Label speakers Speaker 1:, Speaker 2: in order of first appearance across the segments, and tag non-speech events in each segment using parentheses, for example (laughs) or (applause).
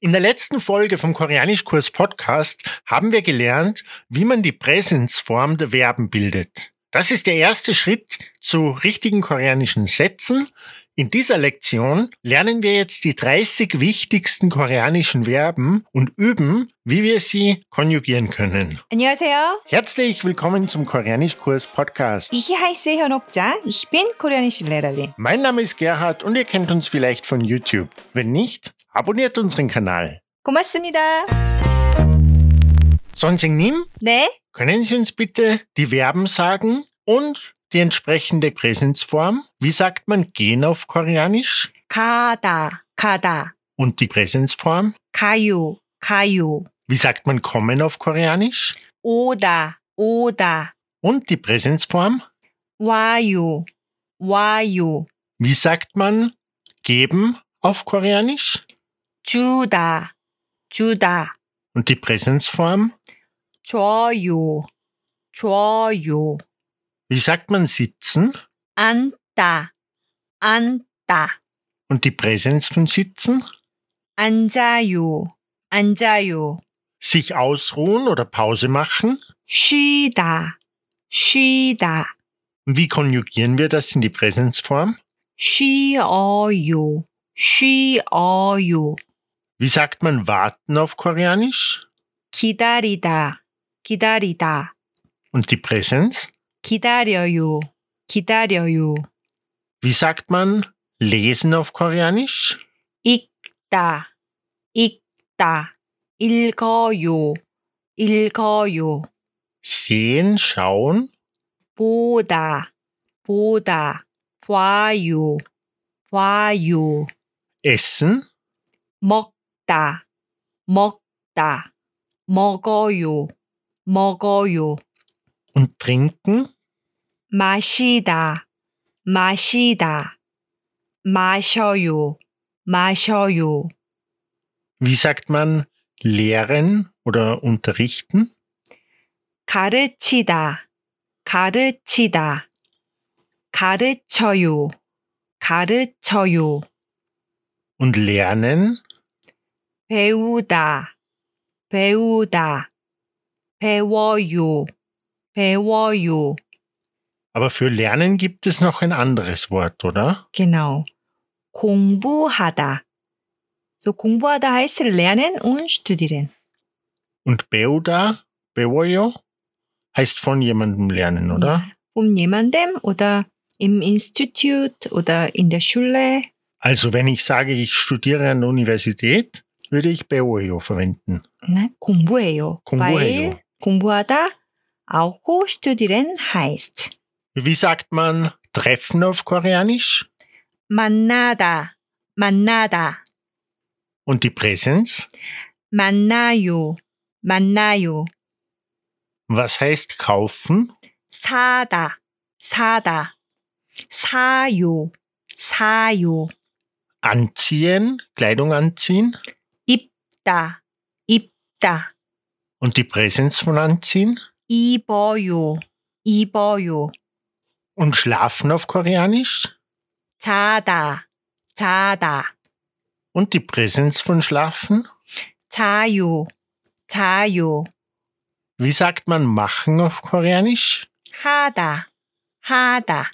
Speaker 1: In der letzten Folge vom Koreanischkurs Podcast haben wir gelernt, wie man die Präsensform der Verben bildet. Das ist der erste Schritt zu richtigen koreanischen Sätzen. In dieser Lektion lernen wir jetzt die 30 wichtigsten koreanischen Verben und üben, wie wir sie konjugieren können.
Speaker 2: 안녕하세요.
Speaker 1: Herzlich willkommen zum Koreanischkurs Podcast.
Speaker 2: 이시하이스 현옥자, ich bin koreanische Lehrerin.
Speaker 1: Mein Name ist Gerhard und ihr kennt uns vielleicht von YouTube. Wenn nicht, abonniert unseren Kanal.
Speaker 2: 고맙습니다.
Speaker 1: 선생님,
Speaker 2: 네,
Speaker 1: Können Sie uns bitte die Verben sagen und die entsprechende Präsensform? Wie sagt man gehen auf Koreanisch?
Speaker 2: 가다, 가다,
Speaker 1: Und die Präsensform?
Speaker 2: 가요, 가요,
Speaker 1: Wie sagt man kommen auf Koreanisch?
Speaker 2: 오다, 오다,
Speaker 1: Und die Präsensform?
Speaker 2: 와요, 와요,
Speaker 1: Wie sagt man geben auf Koreanisch?
Speaker 2: 주다, 주다,
Speaker 1: Und die Präsensform?
Speaker 2: 줘요, 줘요,
Speaker 1: Wie sagt man sitzen?
Speaker 2: 앉다, 앉다,
Speaker 1: Und die Präsens von sitzen?
Speaker 2: 앉아요, 앉아요,
Speaker 1: Sich ausruhen oder Pause machen?
Speaker 2: 쉬다, 쉬다.
Speaker 1: Und wie konjugieren wir das in die Präsensform?
Speaker 2: 쉬어요, 쉬어요,
Speaker 1: Wie sagt man warten auf Koreanisch?
Speaker 2: 기다리다, 기다리다,
Speaker 1: Und die Präsens?
Speaker 2: 기다려요, 기다려요,
Speaker 1: Wie sagt man lesen auf Koreanisch?
Speaker 2: 읽다, 읽다, 읽어요, 읽어요,
Speaker 1: Sehen, schauen.
Speaker 2: 보다, 보다, 봐요, 봐요,
Speaker 1: Essen,
Speaker 2: 먹다, 먹다, 먹어요, 먹어요,
Speaker 1: und trinken.
Speaker 2: 마시다, 마시다, 마셔요, 마셔요,
Speaker 1: Wie sagt man lehren oder unterrichten?
Speaker 2: 가르치다, 가르치다, 가르쳐요, 가르쳐요,
Speaker 1: Und lernen,
Speaker 2: 배우다, 배우다, 배워요, 배워요.
Speaker 1: aber für lernen gibt es noch ein anderes Wort, oder?
Speaker 2: Genau. 공부하다. So 공부하다 heißt lernen und studieren.
Speaker 1: Und Beuda, Beoyo, heißt von jemandem lernen, oder?
Speaker 2: um jemandem oder im Institut oder in der Schule.
Speaker 1: Also wenn ich sage, ich studiere an der Universität, würde ich Beoyo verwenden.
Speaker 2: Ne? 네? 공부해요.
Speaker 1: 공부해요.
Speaker 2: Weil 공부하다 auch studieren heißt
Speaker 1: Wie sagt man treffen auf Koreanisch?
Speaker 2: 만나다, 만나다,
Speaker 1: Und die Präsens?
Speaker 2: 만나요, 만나요,
Speaker 1: Was heißt kaufen?
Speaker 2: 사다, 사다, 사요, 사요,
Speaker 1: Anziehen, Kleidung anziehen
Speaker 2: 입다, 입다,
Speaker 1: und die Präsenz von anziehen
Speaker 2: 입어요, 입어요,
Speaker 1: und schlafen auf Koreanisch
Speaker 2: 자다, 자다.
Speaker 1: und die Präsenz von schlafen.
Speaker 2: 자요, 자요,
Speaker 1: Wie sagt man machen auf Koreanisch?
Speaker 2: 하다, 하다.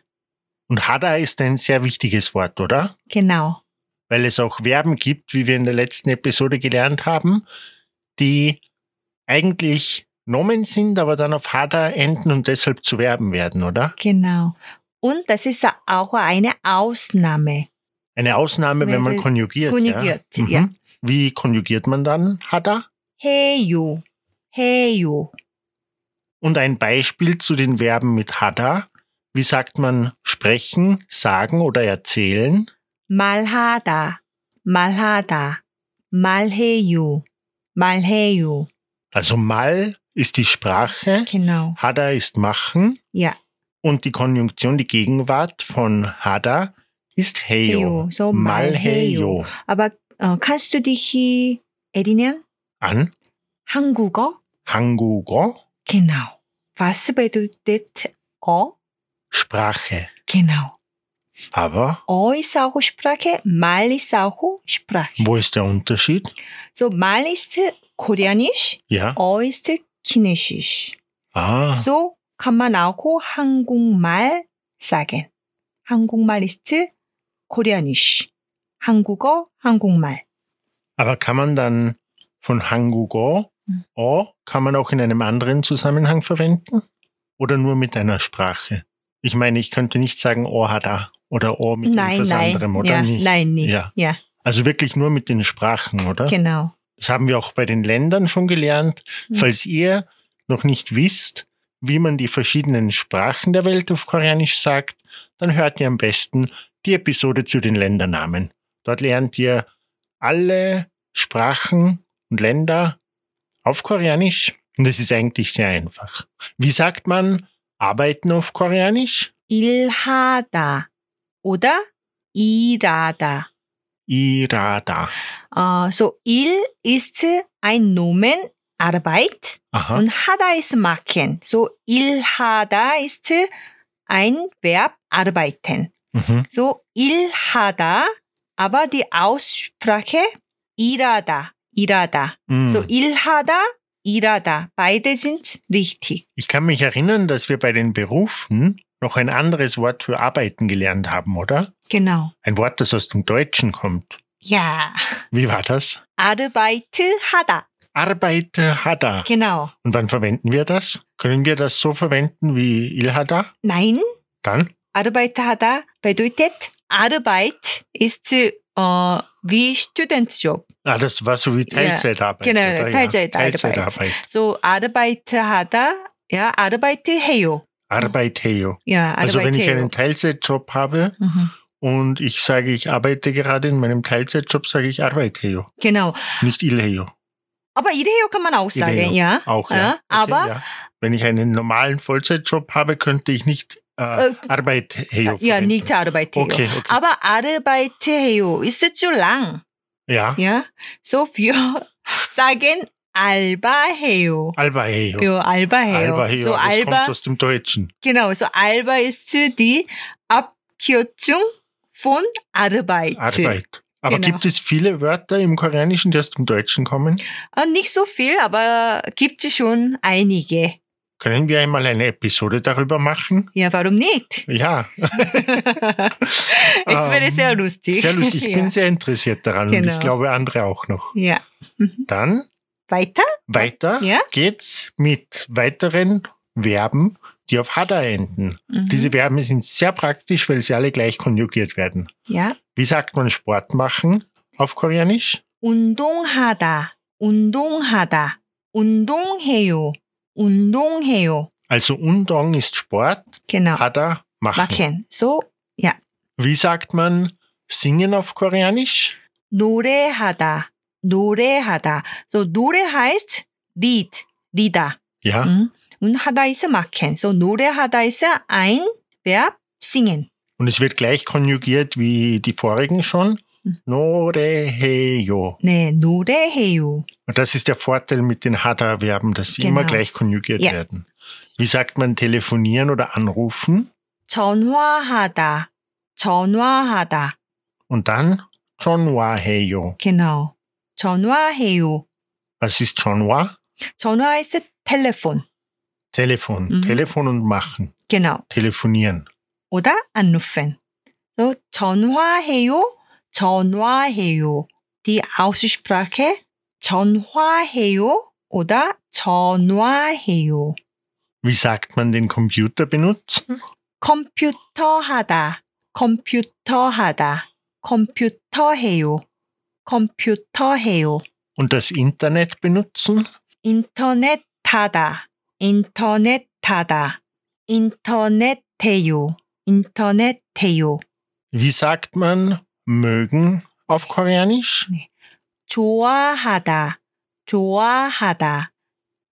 Speaker 1: Und hada ist ein sehr wichtiges Wort, oder?
Speaker 2: Genau.
Speaker 1: Weil es auch Verben gibt, wie wir in der letzten Episode gelernt haben, die eigentlich Nomen sind, aber dann auf hada enden und deshalb zu Verben werden, oder?
Speaker 2: Genau. Und das ist auch eine Ausnahme.
Speaker 1: Eine Ausnahme, wenn
Speaker 2: Wenn
Speaker 1: man
Speaker 2: wir-
Speaker 1: Äh, konjugiert.
Speaker 2: Konjugiert,
Speaker 1: ja. Mhm.
Speaker 2: ja.
Speaker 1: Wie konjugiert man dann hada?
Speaker 2: 해요, 해요,
Speaker 1: Und ein Beispiel zu den Verben mit hada. Wie sagt man sprechen, sagen oder erzählen?
Speaker 2: 말하다, 말하다, 말해요, 말해요.
Speaker 1: Also mal ist die Sprache,
Speaker 2: Genau.
Speaker 1: hada ist machen
Speaker 2: Ja,
Speaker 1: und die Konjunktion, die Gegenwart von hada ist heyo.
Speaker 2: 해요. So
Speaker 1: Mal
Speaker 2: 말해요.
Speaker 1: heyo.
Speaker 2: Aber äh, kannst du dich erinnern?
Speaker 1: An
Speaker 2: 한국어?
Speaker 1: hangugo,
Speaker 2: Genau. Was bedeutet 어?
Speaker 1: Sprache.
Speaker 2: Genau.
Speaker 1: Aber
Speaker 2: 어 ist auch Sprache, 말 ist auch Sprache.
Speaker 1: wo ist der Unterschied?
Speaker 2: So, 말 ist koreanisch,
Speaker 1: Ja.
Speaker 2: 어 ist chinesisch.
Speaker 1: Ah,
Speaker 2: So kann man auch 한국말 sagen. 한국말 ist koreanisch. 한국어, 한국말.
Speaker 1: aber kann man dann von Hangugo
Speaker 2: Mhm.
Speaker 1: O kann man auch in einem anderen Zusammenhang verwenden? Oder nur mit einer Sprache? Ich meine, ich könnte nicht sagen O hada oder O mit
Speaker 2: nein,
Speaker 1: etwas
Speaker 2: nein.
Speaker 1: anderem, oder
Speaker 2: ja,
Speaker 1: nicht?
Speaker 2: Nein, nicht.
Speaker 1: Ja. Ah.
Speaker 2: ja,
Speaker 1: Also wirklich nur mit den Sprachen, oder?
Speaker 2: genau.
Speaker 1: Das haben wir auch bei den Ländern schon gelernt.
Speaker 2: Mhm.
Speaker 1: Falls ihr noch nicht wisst, wie man die verschiedenen Sprachen der Welt auf Koreanisch sagt, dann hört ihr am besten die Episode zu den Ländernamen. Dort lernt ihr alle Sprachen und Länder auf Koreanisch. Und es ist eigentlich sehr einfach. Wie sagt man arbeiten auf Koreanisch?
Speaker 2: 일하다 oder 일하다.
Speaker 1: Irada.
Speaker 2: Uh, so il ist ein Nomen Arbeit
Speaker 1: Aha.
Speaker 2: und hada ist machen. So 일하다 ist ein Verb arbeiten.
Speaker 1: Mhm.
Speaker 2: So ilhada, aber die Aussprache irada, irada.
Speaker 1: Mhm.
Speaker 2: So ilhada, irada. Beide sind richtig.
Speaker 1: Ich kann mich erinnern, dass wir bei den Berufen noch ein anderes Wort für arbeiten gelernt haben, oder?
Speaker 2: Genau.
Speaker 1: Ein Wort, das aus dem Deutschen kommt.
Speaker 2: Ja.
Speaker 1: Wie war das?
Speaker 2: Arbeit hada.
Speaker 1: Arbeite hada.
Speaker 2: Genau.
Speaker 1: Und wann verwenden wir das? Können wir das so verwenden wie ilhada?
Speaker 2: Nein.
Speaker 1: Dann?
Speaker 2: Arbeit hada bedeutet Arbeit ist äh, wie Student Job.
Speaker 1: Ah, das war so wie Teilzeitarbeit.
Speaker 2: genau,
Speaker 1: oder?
Speaker 2: Teilzeitarbeit.
Speaker 1: Teilzeitarbeit.
Speaker 2: So Arbeit hada, ja, Arbeit 해요.
Speaker 1: Arbeiteo.
Speaker 2: Ja, Arbeit
Speaker 1: Also wenn ich
Speaker 2: 해요.
Speaker 1: einen Teilzeitjob habe
Speaker 2: Mhm.
Speaker 1: und ich sage, ich arbeite gerade in meinem Teilzeitjob, sage ich Arbeiteo,
Speaker 2: Genau.
Speaker 1: nicht ilheo.
Speaker 2: Aber 일해요 kann man auch sagen,
Speaker 1: 일해요.
Speaker 2: ja.
Speaker 1: Auch, ja.
Speaker 2: Ja,
Speaker 1: Okay,
Speaker 2: aber-
Speaker 1: ja. Wenn ich einen normalen Vollzeitjob habe, könnte ich nicht äh,
Speaker 2: Äh,
Speaker 1: Arbeit heo
Speaker 2: Ja,
Speaker 1: verwenden.
Speaker 2: nicht Arbeit 해요.
Speaker 1: Okay, okay.
Speaker 2: Aber Arbeit 해요 ist zu lang.
Speaker 1: ja,
Speaker 2: Ja. So wir (laughs) sagen Alba 해요.
Speaker 1: Alba heo.
Speaker 2: Ja, Alba 해요.
Speaker 1: Alba heo,
Speaker 2: so
Speaker 1: das kommt
Speaker 2: Alba
Speaker 1: aus dem Deutschen.
Speaker 2: Genau, so Alba ist die Abkürzung von Arbeit.
Speaker 1: Arbeit. Aber
Speaker 2: Genau.
Speaker 1: gibt es viele Wörter im Koreanischen, die aus dem Deutschen kommen?
Speaker 2: Äh, Nicht so viel, aber gibt es schon einige.
Speaker 1: Können wir einmal eine Episode darüber machen?
Speaker 2: Ja, warum (laughs) nicht?
Speaker 1: Ja,
Speaker 2: es wäre
Speaker 1: Ähm,
Speaker 2: sehr lustig.
Speaker 1: sehr
Speaker 2: (laughs)
Speaker 1: lustig. Ich
Speaker 2: ja.
Speaker 1: bin sehr interessiert daran und ich
Speaker 2: Genau.
Speaker 1: glaube andere auch noch.
Speaker 2: ja. Mhm.
Speaker 1: Dann
Speaker 2: Weiter?
Speaker 1: weiter
Speaker 2: Ja?
Speaker 1: geht's mit weiteren Verben, die auf Hada enden.
Speaker 2: Mhm.
Speaker 1: Diese Verben sind sehr praktisch, weil sie alle gleich konjugiert werden.
Speaker 2: ja.
Speaker 1: Wie sagt man Sport machen auf Koreanisch?
Speaker 2: 운동하다, 운동하다, 운동해요, 운동해요.
Speaker 1: Also Undong ist Sport,
Speaker 2: Genau.
Speaker 1: Hada machen.
Speaker 2: Machen. So
Speaker 1: Wie sagt man singen auf Koreanisch?
Speaker 2: 노래하다, 노래하다. So 노래 heißt Lied, Lieder.
Speaker 1: Ja,
Speaker 2: Mhm. Und 하다 ist machen. So 노래하다 ist ein Verb singen.
Speaker 1: und es wird gleich konjugiert wie die vorigen schon.
Speaker 2: Mhm.
Speaker 1: Noreheyo.
Speaker 2: 네, 노래해요.
Speaker 1: Und das ist der Vorteil mit den Hada-Verben, dass sie
Speaker 2: Genau.
Speaker 1: immer gleich konjugiert
Speaker 2: Ja.
Speaker 1: werden. Wie sagt man telefonieren oder anrufen?
Speaker 2: 전화하다, 전화하다.
Speaker 1: Und dann Chonwaheyo.
Speaker 2: Genau. 전화해요.
Speaker 1: Was ist Chonwa?
Speaker 2: 전화 ist Telefon.
Speaker 1: Telefon.
Speaker 2: Mhm.
Speaker 1: Telefon und machen.
Speaker 2: Genau.
Speaker 1: Telefonieren.
Speaker 2: oder anrufen. So, 전화해요, 전화해요. Die Aussprache 전화해요 oder 전화해요.
Speaker 1: Wie sagt man den Computer
Speaker 2: Mhm.
Speaker 1: benutzen?
Speaker 2: 컴퓨터 하다, 컴퓨터 하다, 컴퓨터 해요, 컴퓨터 해요.
Speaker 1: Und das Internet benutzen?
Speaker 2: 인터넷 하다, 인터넷 하다, 인터넷 해요, 인터넷 해요.
Speaker 1: Wie sagt man mögen auf Koreanisch?
Speaker 2: 좋아하다, 좋아하다,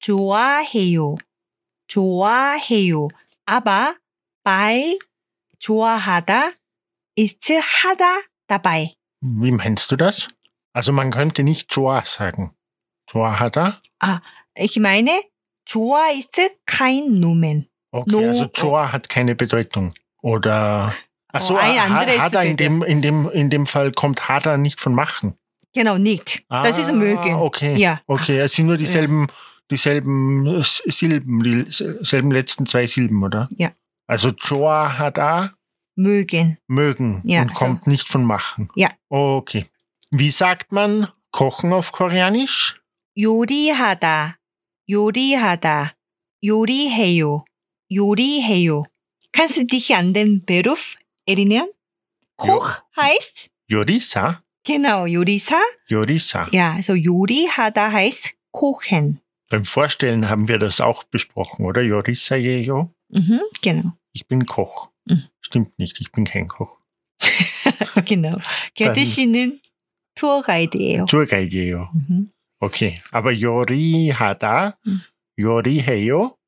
Speaker 2: 좋아해요, 좋아해요. Aber bei 좋아하다 ist 하다 dabei.
Speaker 1: Wie meinst du das? Also man könnte nicht Joa sagen. Joa hat er?
Speaker 2: Ich meine, 좋아 ist kein Nomen.
Speaker 1: Okay,
Speaker 2: No.
Speaker 1: also Joa hat keine Bedeutung. Oder Ach so,
Speaker 2: Oh, ein
Speaker 1: ha-
Speaker 2: anderes
Speaker 1: Hader in
Speaker 2: bitte.
Speaker 1: dem, in, dem, in dem Fall kommt Hader nicht von machen.
Speaker 2: Genau, nicht.
Speaker 1: 아,
Speaker 2: das ist mögen.
Speaker 1: Ah, Okay.
Speaker 2: Ja.
Speaker 1: Okay, es sind nur dieselben, dieselben äh, S- Silben, die s- selben letzten zwei Silben, oder?
Speaker 2: Ja.
Speaker 1: Also Joa hat A,
Speaker 2: Mögen.
Speaker 1: mögen
Speaker 2: Ja,
Speaker 1: und kommt nicht von machen.
Speaker 2: Ja.
Speaker 1: Okay. Wie sagt man kochen auf Koreanisch?
Speaker 2: 요리하다. 요리하다. 요리해요. 요리해요. Kannst du dich an den Beruf erinnern? Koch heißt?
Speaker 1: Yorisa.
Speaker 2: Genau, 요리사.
Speaker 1: Yorisa.
Speaker 2: Ja, so 요리하다 heißt kochen.
Speaker 1: Beim Vorstellen haben wir das auch besprochen, oder? Yorisa Jejo.
Speaker 2: Mhm, genau, (laughs)
Speaker 1: Ich bin Koch.
Speaker 2: Mhm.
Speaker 1: Stimmt nicht, ich bin kein Koch.
Speaker 2: genau. 게드 씨는 투어 가이드예요.
Speaker 1: Tourguide Jejo.
Speaker 2: Mhm.
Speaker 1: Okay, aber Yori Hada,
Speaker 2: Mhm.
Speaker 1: Yori Heyo,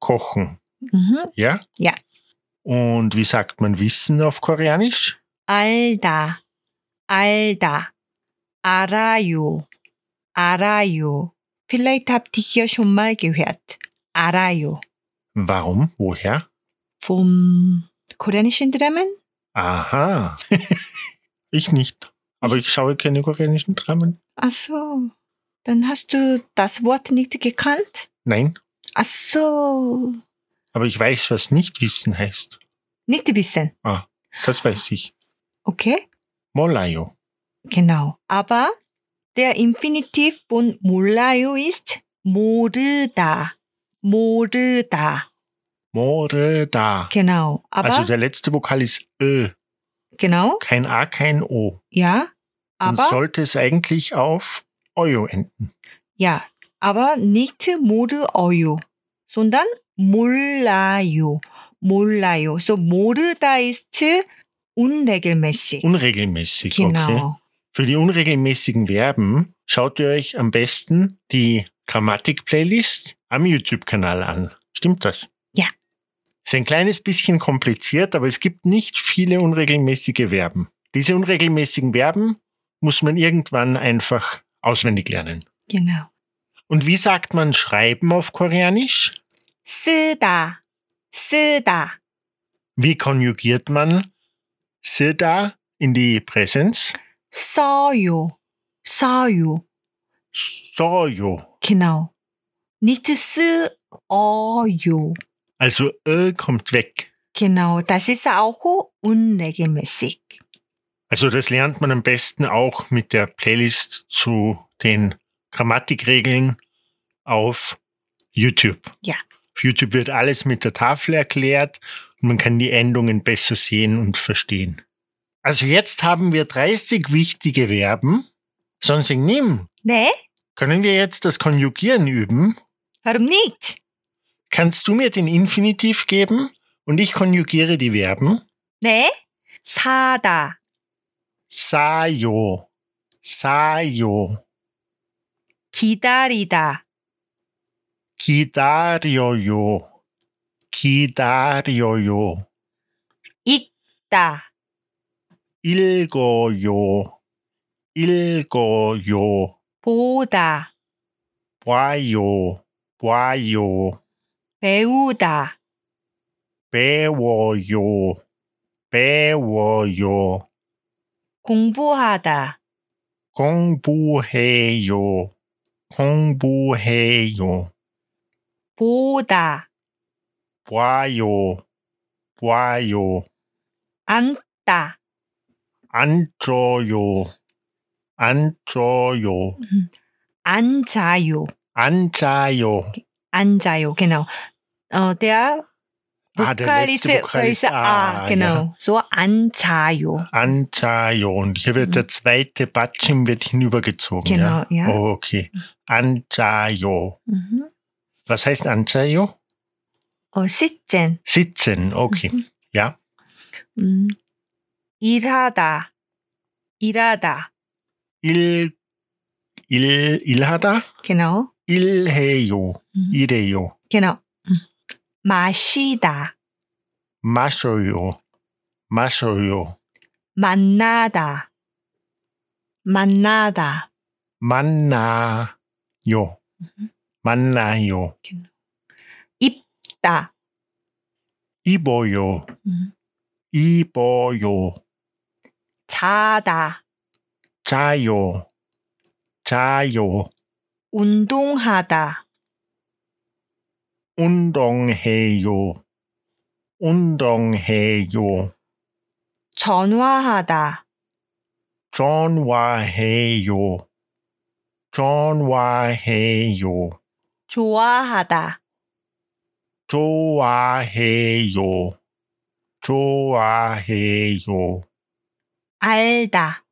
Speaker 1: kochen,
Speaker 2: Mhm.
Speaker 1: ja?
Speaker 2: Ja.
Speaker 1: Und wie sagt man Wissen auf Koreanisch?
Speaker 2: 알다, 알다, 알아요, 알아요. Vielleicht habt ihr hier schon mal gehört. 알아요.
Speaker 1: Warum? Woher?
Speaker 2: vom koreanischen Dramen? (laughs)
Speaker 1: Aha. ich nicht. Aber ich schaue keine koreanischen Dramen.
Speaker 2: Ach so. Dann hast du das Wort nicht gekannt?
Speaker 1: Nein,
Speaker 2: Ach so.
Speaker 1: aber ich weiß, was nicht wissen heißt.
Speaker 2: Nicht wissen.
Speaker 1: Das weiß ich.
Speaker 2: Okay?
Speaker 1: Molayo.
Speaker 2: Genau. Aber der Infinitiv von 몰라요 ist 모르다. 모르다.
Speaker 1: More da.
Speaker 2: Genau. Aber
Speaker 1: Also der letzte Vokal ist Ö.
Speaker 2: genau.
Speaker 1: Kein A, kein O.
Speaker 2: Ja.
Speaker 1: Dann
Speaker 2: Aber
Speaker 1: sollte es eigentlich auf Oyo enden.
Speaker 2: Ja, aber nicht 모르어요, sondern 몰라요, 몰라요. So 모르다 ist unregelmäßig.
Speaker 1: Unregelmäßig, okay?
Speaker 2: genau.
Speaker 1: Für die unregelmäßigen Verben schaut ihr euch am besten die Grammatik-Playlist am YouTube-Kanal an. Stimmt das?
Speaker 2: Ja.
Speaker 1: Ist ein kleines bisschen kompliziert, aber es gibt nicht viele unregelmäßige Verben. Diese unregelmäßigen Verben muss man irgendwann einfach auswendig lernen.
Speaker 2: genau.
Speaker 1: Und wie sagt man schreiben auf Koreanisch?
Speaker 2: 쓰다, 쓰다.
Speaker 1: Wie konjugiert man 쓰다 in die Präsens?
Speaker 2: 써요, 써요.
Speaker 1: 써요.
Speaker 2: Genau. Nicht 쓰어요.
Speaker 1: Also ö kommt weg.
Speaker 2: Genau, das ist auch unregelmäßig.
Speaker 1: Also das lernt man am besten auch mit der Playlist zu den Grammatikregeln auf YouTube.
Speaker 2: Ja.
Speaker 1: Auf YouTube wird alles mit der Tafel erklärt und man kann die Endungen besser sehen und verstehen. Also jetzt haben wir 30 wichtige Verben. Sonst in nimm.
Speaker 2: 네?
Speaker 1: Können wir jetzt das Konjugieren üben?
Speaker 2: Warum nicht?
Speaker 1: Kannst du mir den Infinitiv geben und ich konjugiere die Verben?
Speaker 2: 네? 사다,
Speaker 1: Sayo. Sayo.
Speaker 2: 기다리다,
Speaker 1: 기다려요. 기다려요.
Speaker 2: 읽다.
Speaker 1: 읽어요. 읽어요.
Speaker 2: 보다,
Speaker 1: 봐요. 봐요.
Speaker 2: 배우다,
Speaker 1: 배워요. 배워요.
Speaker 2: 공부하다,
Speaker 1: 공부해요. 공부해요.
Speaker 2: 보다,
Speaker 1: 봐요. 봐요.
Speaker 2: 앉다,
Speaker 1: 앉아요. 앉아요.
Speaker 2: 앉아요,
Speaker 1: 앉아요.
Speaker 2: 앉아요, genau. 어, der
Speaker 1: Ah, der
Speaker 2: Vokalist
Speaker 1: letzte
Speaker 2: Vokal
Speaker 1: Vokalist 아,
Speaker 2: ist A,
Speaker 1: A,
Speaker 2: genau. So 앉아요,
Speaker 1: Antayo. Und hier wird
Speaker 2: Mhm.
Speaker 1: der zweite Batschim wird hinübergezogen.
Speaker 2: genau,
Speaker 1: Ja?
Speaker 2: ja.
Speaker 1: Oh, okay. Antayo.
Speaker 2: Mhm.
Speaker 1: Was heißt Antayo?
Speaker 2: 어, 시즌,
Speaker 1: Sitzen. Okay.
Speaker 2: Mhm.
Speaker 1: Ja.
Speaker 2: 음, 일하다, 일하다,
Speaker 1: Il, il, ilhada?
Speaker 2: genau,
Speaker 1: Ilheyo.
Speaker 2: 음,
Speaker 1: Ideyo.
Speaker 2: genau. 음. 마시다,
Speaker 1: Mashoyo. Mashoyo.
Speaker 2: 만나다, 만나다,
Speaker 1: Mannayo.
Speaker 2: Mhm.
Speaker 1: Mannayo.
Speaker 2: 입다,
Speaker 1: Iboyo.
Speaker 2: 음.
Speaker 1: 입어요.
Speaker 2: 자다,
Speaker 1: 자요. 자요.
Speaker 2: 운동하다,
Speaker 1: 운동해요. 운동해요.
Speaker 2: 전화하다,
Speaker 1: 전화해요. 전화해요.
Speaker 2: 좋아하다,
Speaker 1: 좋아해요. 좋아해요.
Speaker 2: 알다.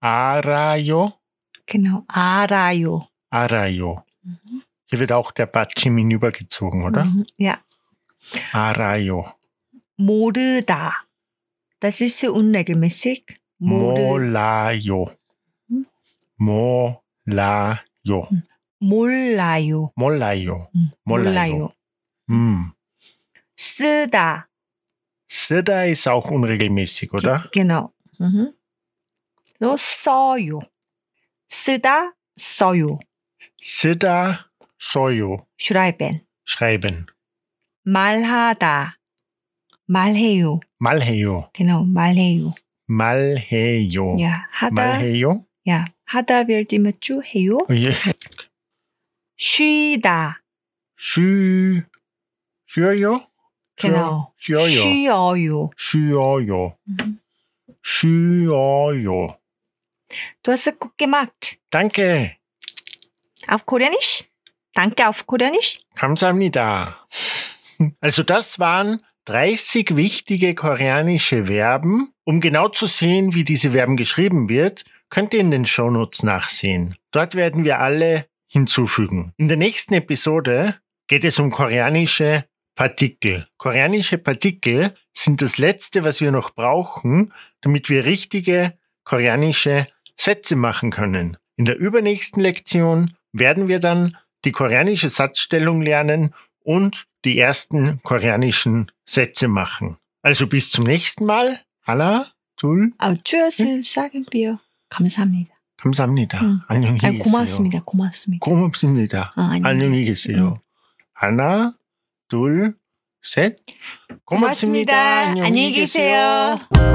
Speaker 1: 알아요.
Speaker 2: Genau, 알아요.
Speaker 1: 알아요. Hier wird auch der Batschim hinübergezogen, oder?
Speaker 2: Mhm, Ja.
Speaker 1: Arayo.
Speaker 2: 모르다. Das ist sehr unregelmäßig. 모르,
Speaker 1: Molayo.
Speaker 2: Mhm.
Speaker 1: Molayo.
Speaker 2: 몰라요.
Speaker 1: Molayo.
Speaker 2: 음,
Speaker 1: 몰라요. Hm.
Speaker 2: 쓰다.
Speaker 1: Sida ist auch unregelmäßig, oder?
Speaker 2: Genau. Mhm. So, 써요. 쓰다, 써요.
Speaker 1: Sida, soyo.
Speaker 2: schreiben.
Speaker 1: Schreiben.
Speaker 2: 말하다. 말해요.
Speaker 1: Malheyo.
Speaker 2: Genau, 말해요.
Speaker 1: Malheyo.
Speaker 2: Ja, 하다.
Speaker 1: Malheyo.
Speaker 2: Ja, 하다 wird immer zu 해요.
Speaker 1: 어,
Speaker 2: 쉬다.
Speaker 1: Schü. Schüyo.
Speaker 2: Genau.
Speaker 1: Schüyo.
Speaker 2: 쉬어요.
Speaker 1: Schüyo.
Speaker 2: Mhm.
Speaker 1: Schüyo.
Speaker 2: Du hast es gut gemacht.
Speaker 1: Danke.
Speaker 2: Auf Koreanisch? Danke auf Koreanisch.
Speaker 1: Kamsamnida. Also das waren 30 wichtige koreanische Verben. Um genau zu sehen, wie diese Verben geschrieben wird, könnt ihr in den Shownotes nachsehen. Dort werden wir alle hinzufügen. In der nächsten Episode geht es um koreanische Partikel. Koreanische Partikel sind das Letzte, was wir noch brauchen, damit wir richtige koreanische Sätze machen können. In der übernächsten Lektion werden wir dann die koreanische Satzstellung lernen und die ersten koreanischen Sätze machen. Also bis zum nächsten Mal. Hala, tul,
Speaker 2: 아, 주여스 싸금비요. 감사합니다.
Speaker 1: 감사합니다.
Speaker 2: 음.
Speaker 1: 안녕히
Speaker 2: 아,
Speaker 1: 계세요.
Speaker 2: 고맙습니다. 고맙습니다.
Speaker 1: 고맙습니다.
Speaker 2: 아, 안녕.
Speaker 1: 안녕히 계세요. 하나, 둘, 셋.
Speaker 2: 고맙습니다. 안녕히 계세요.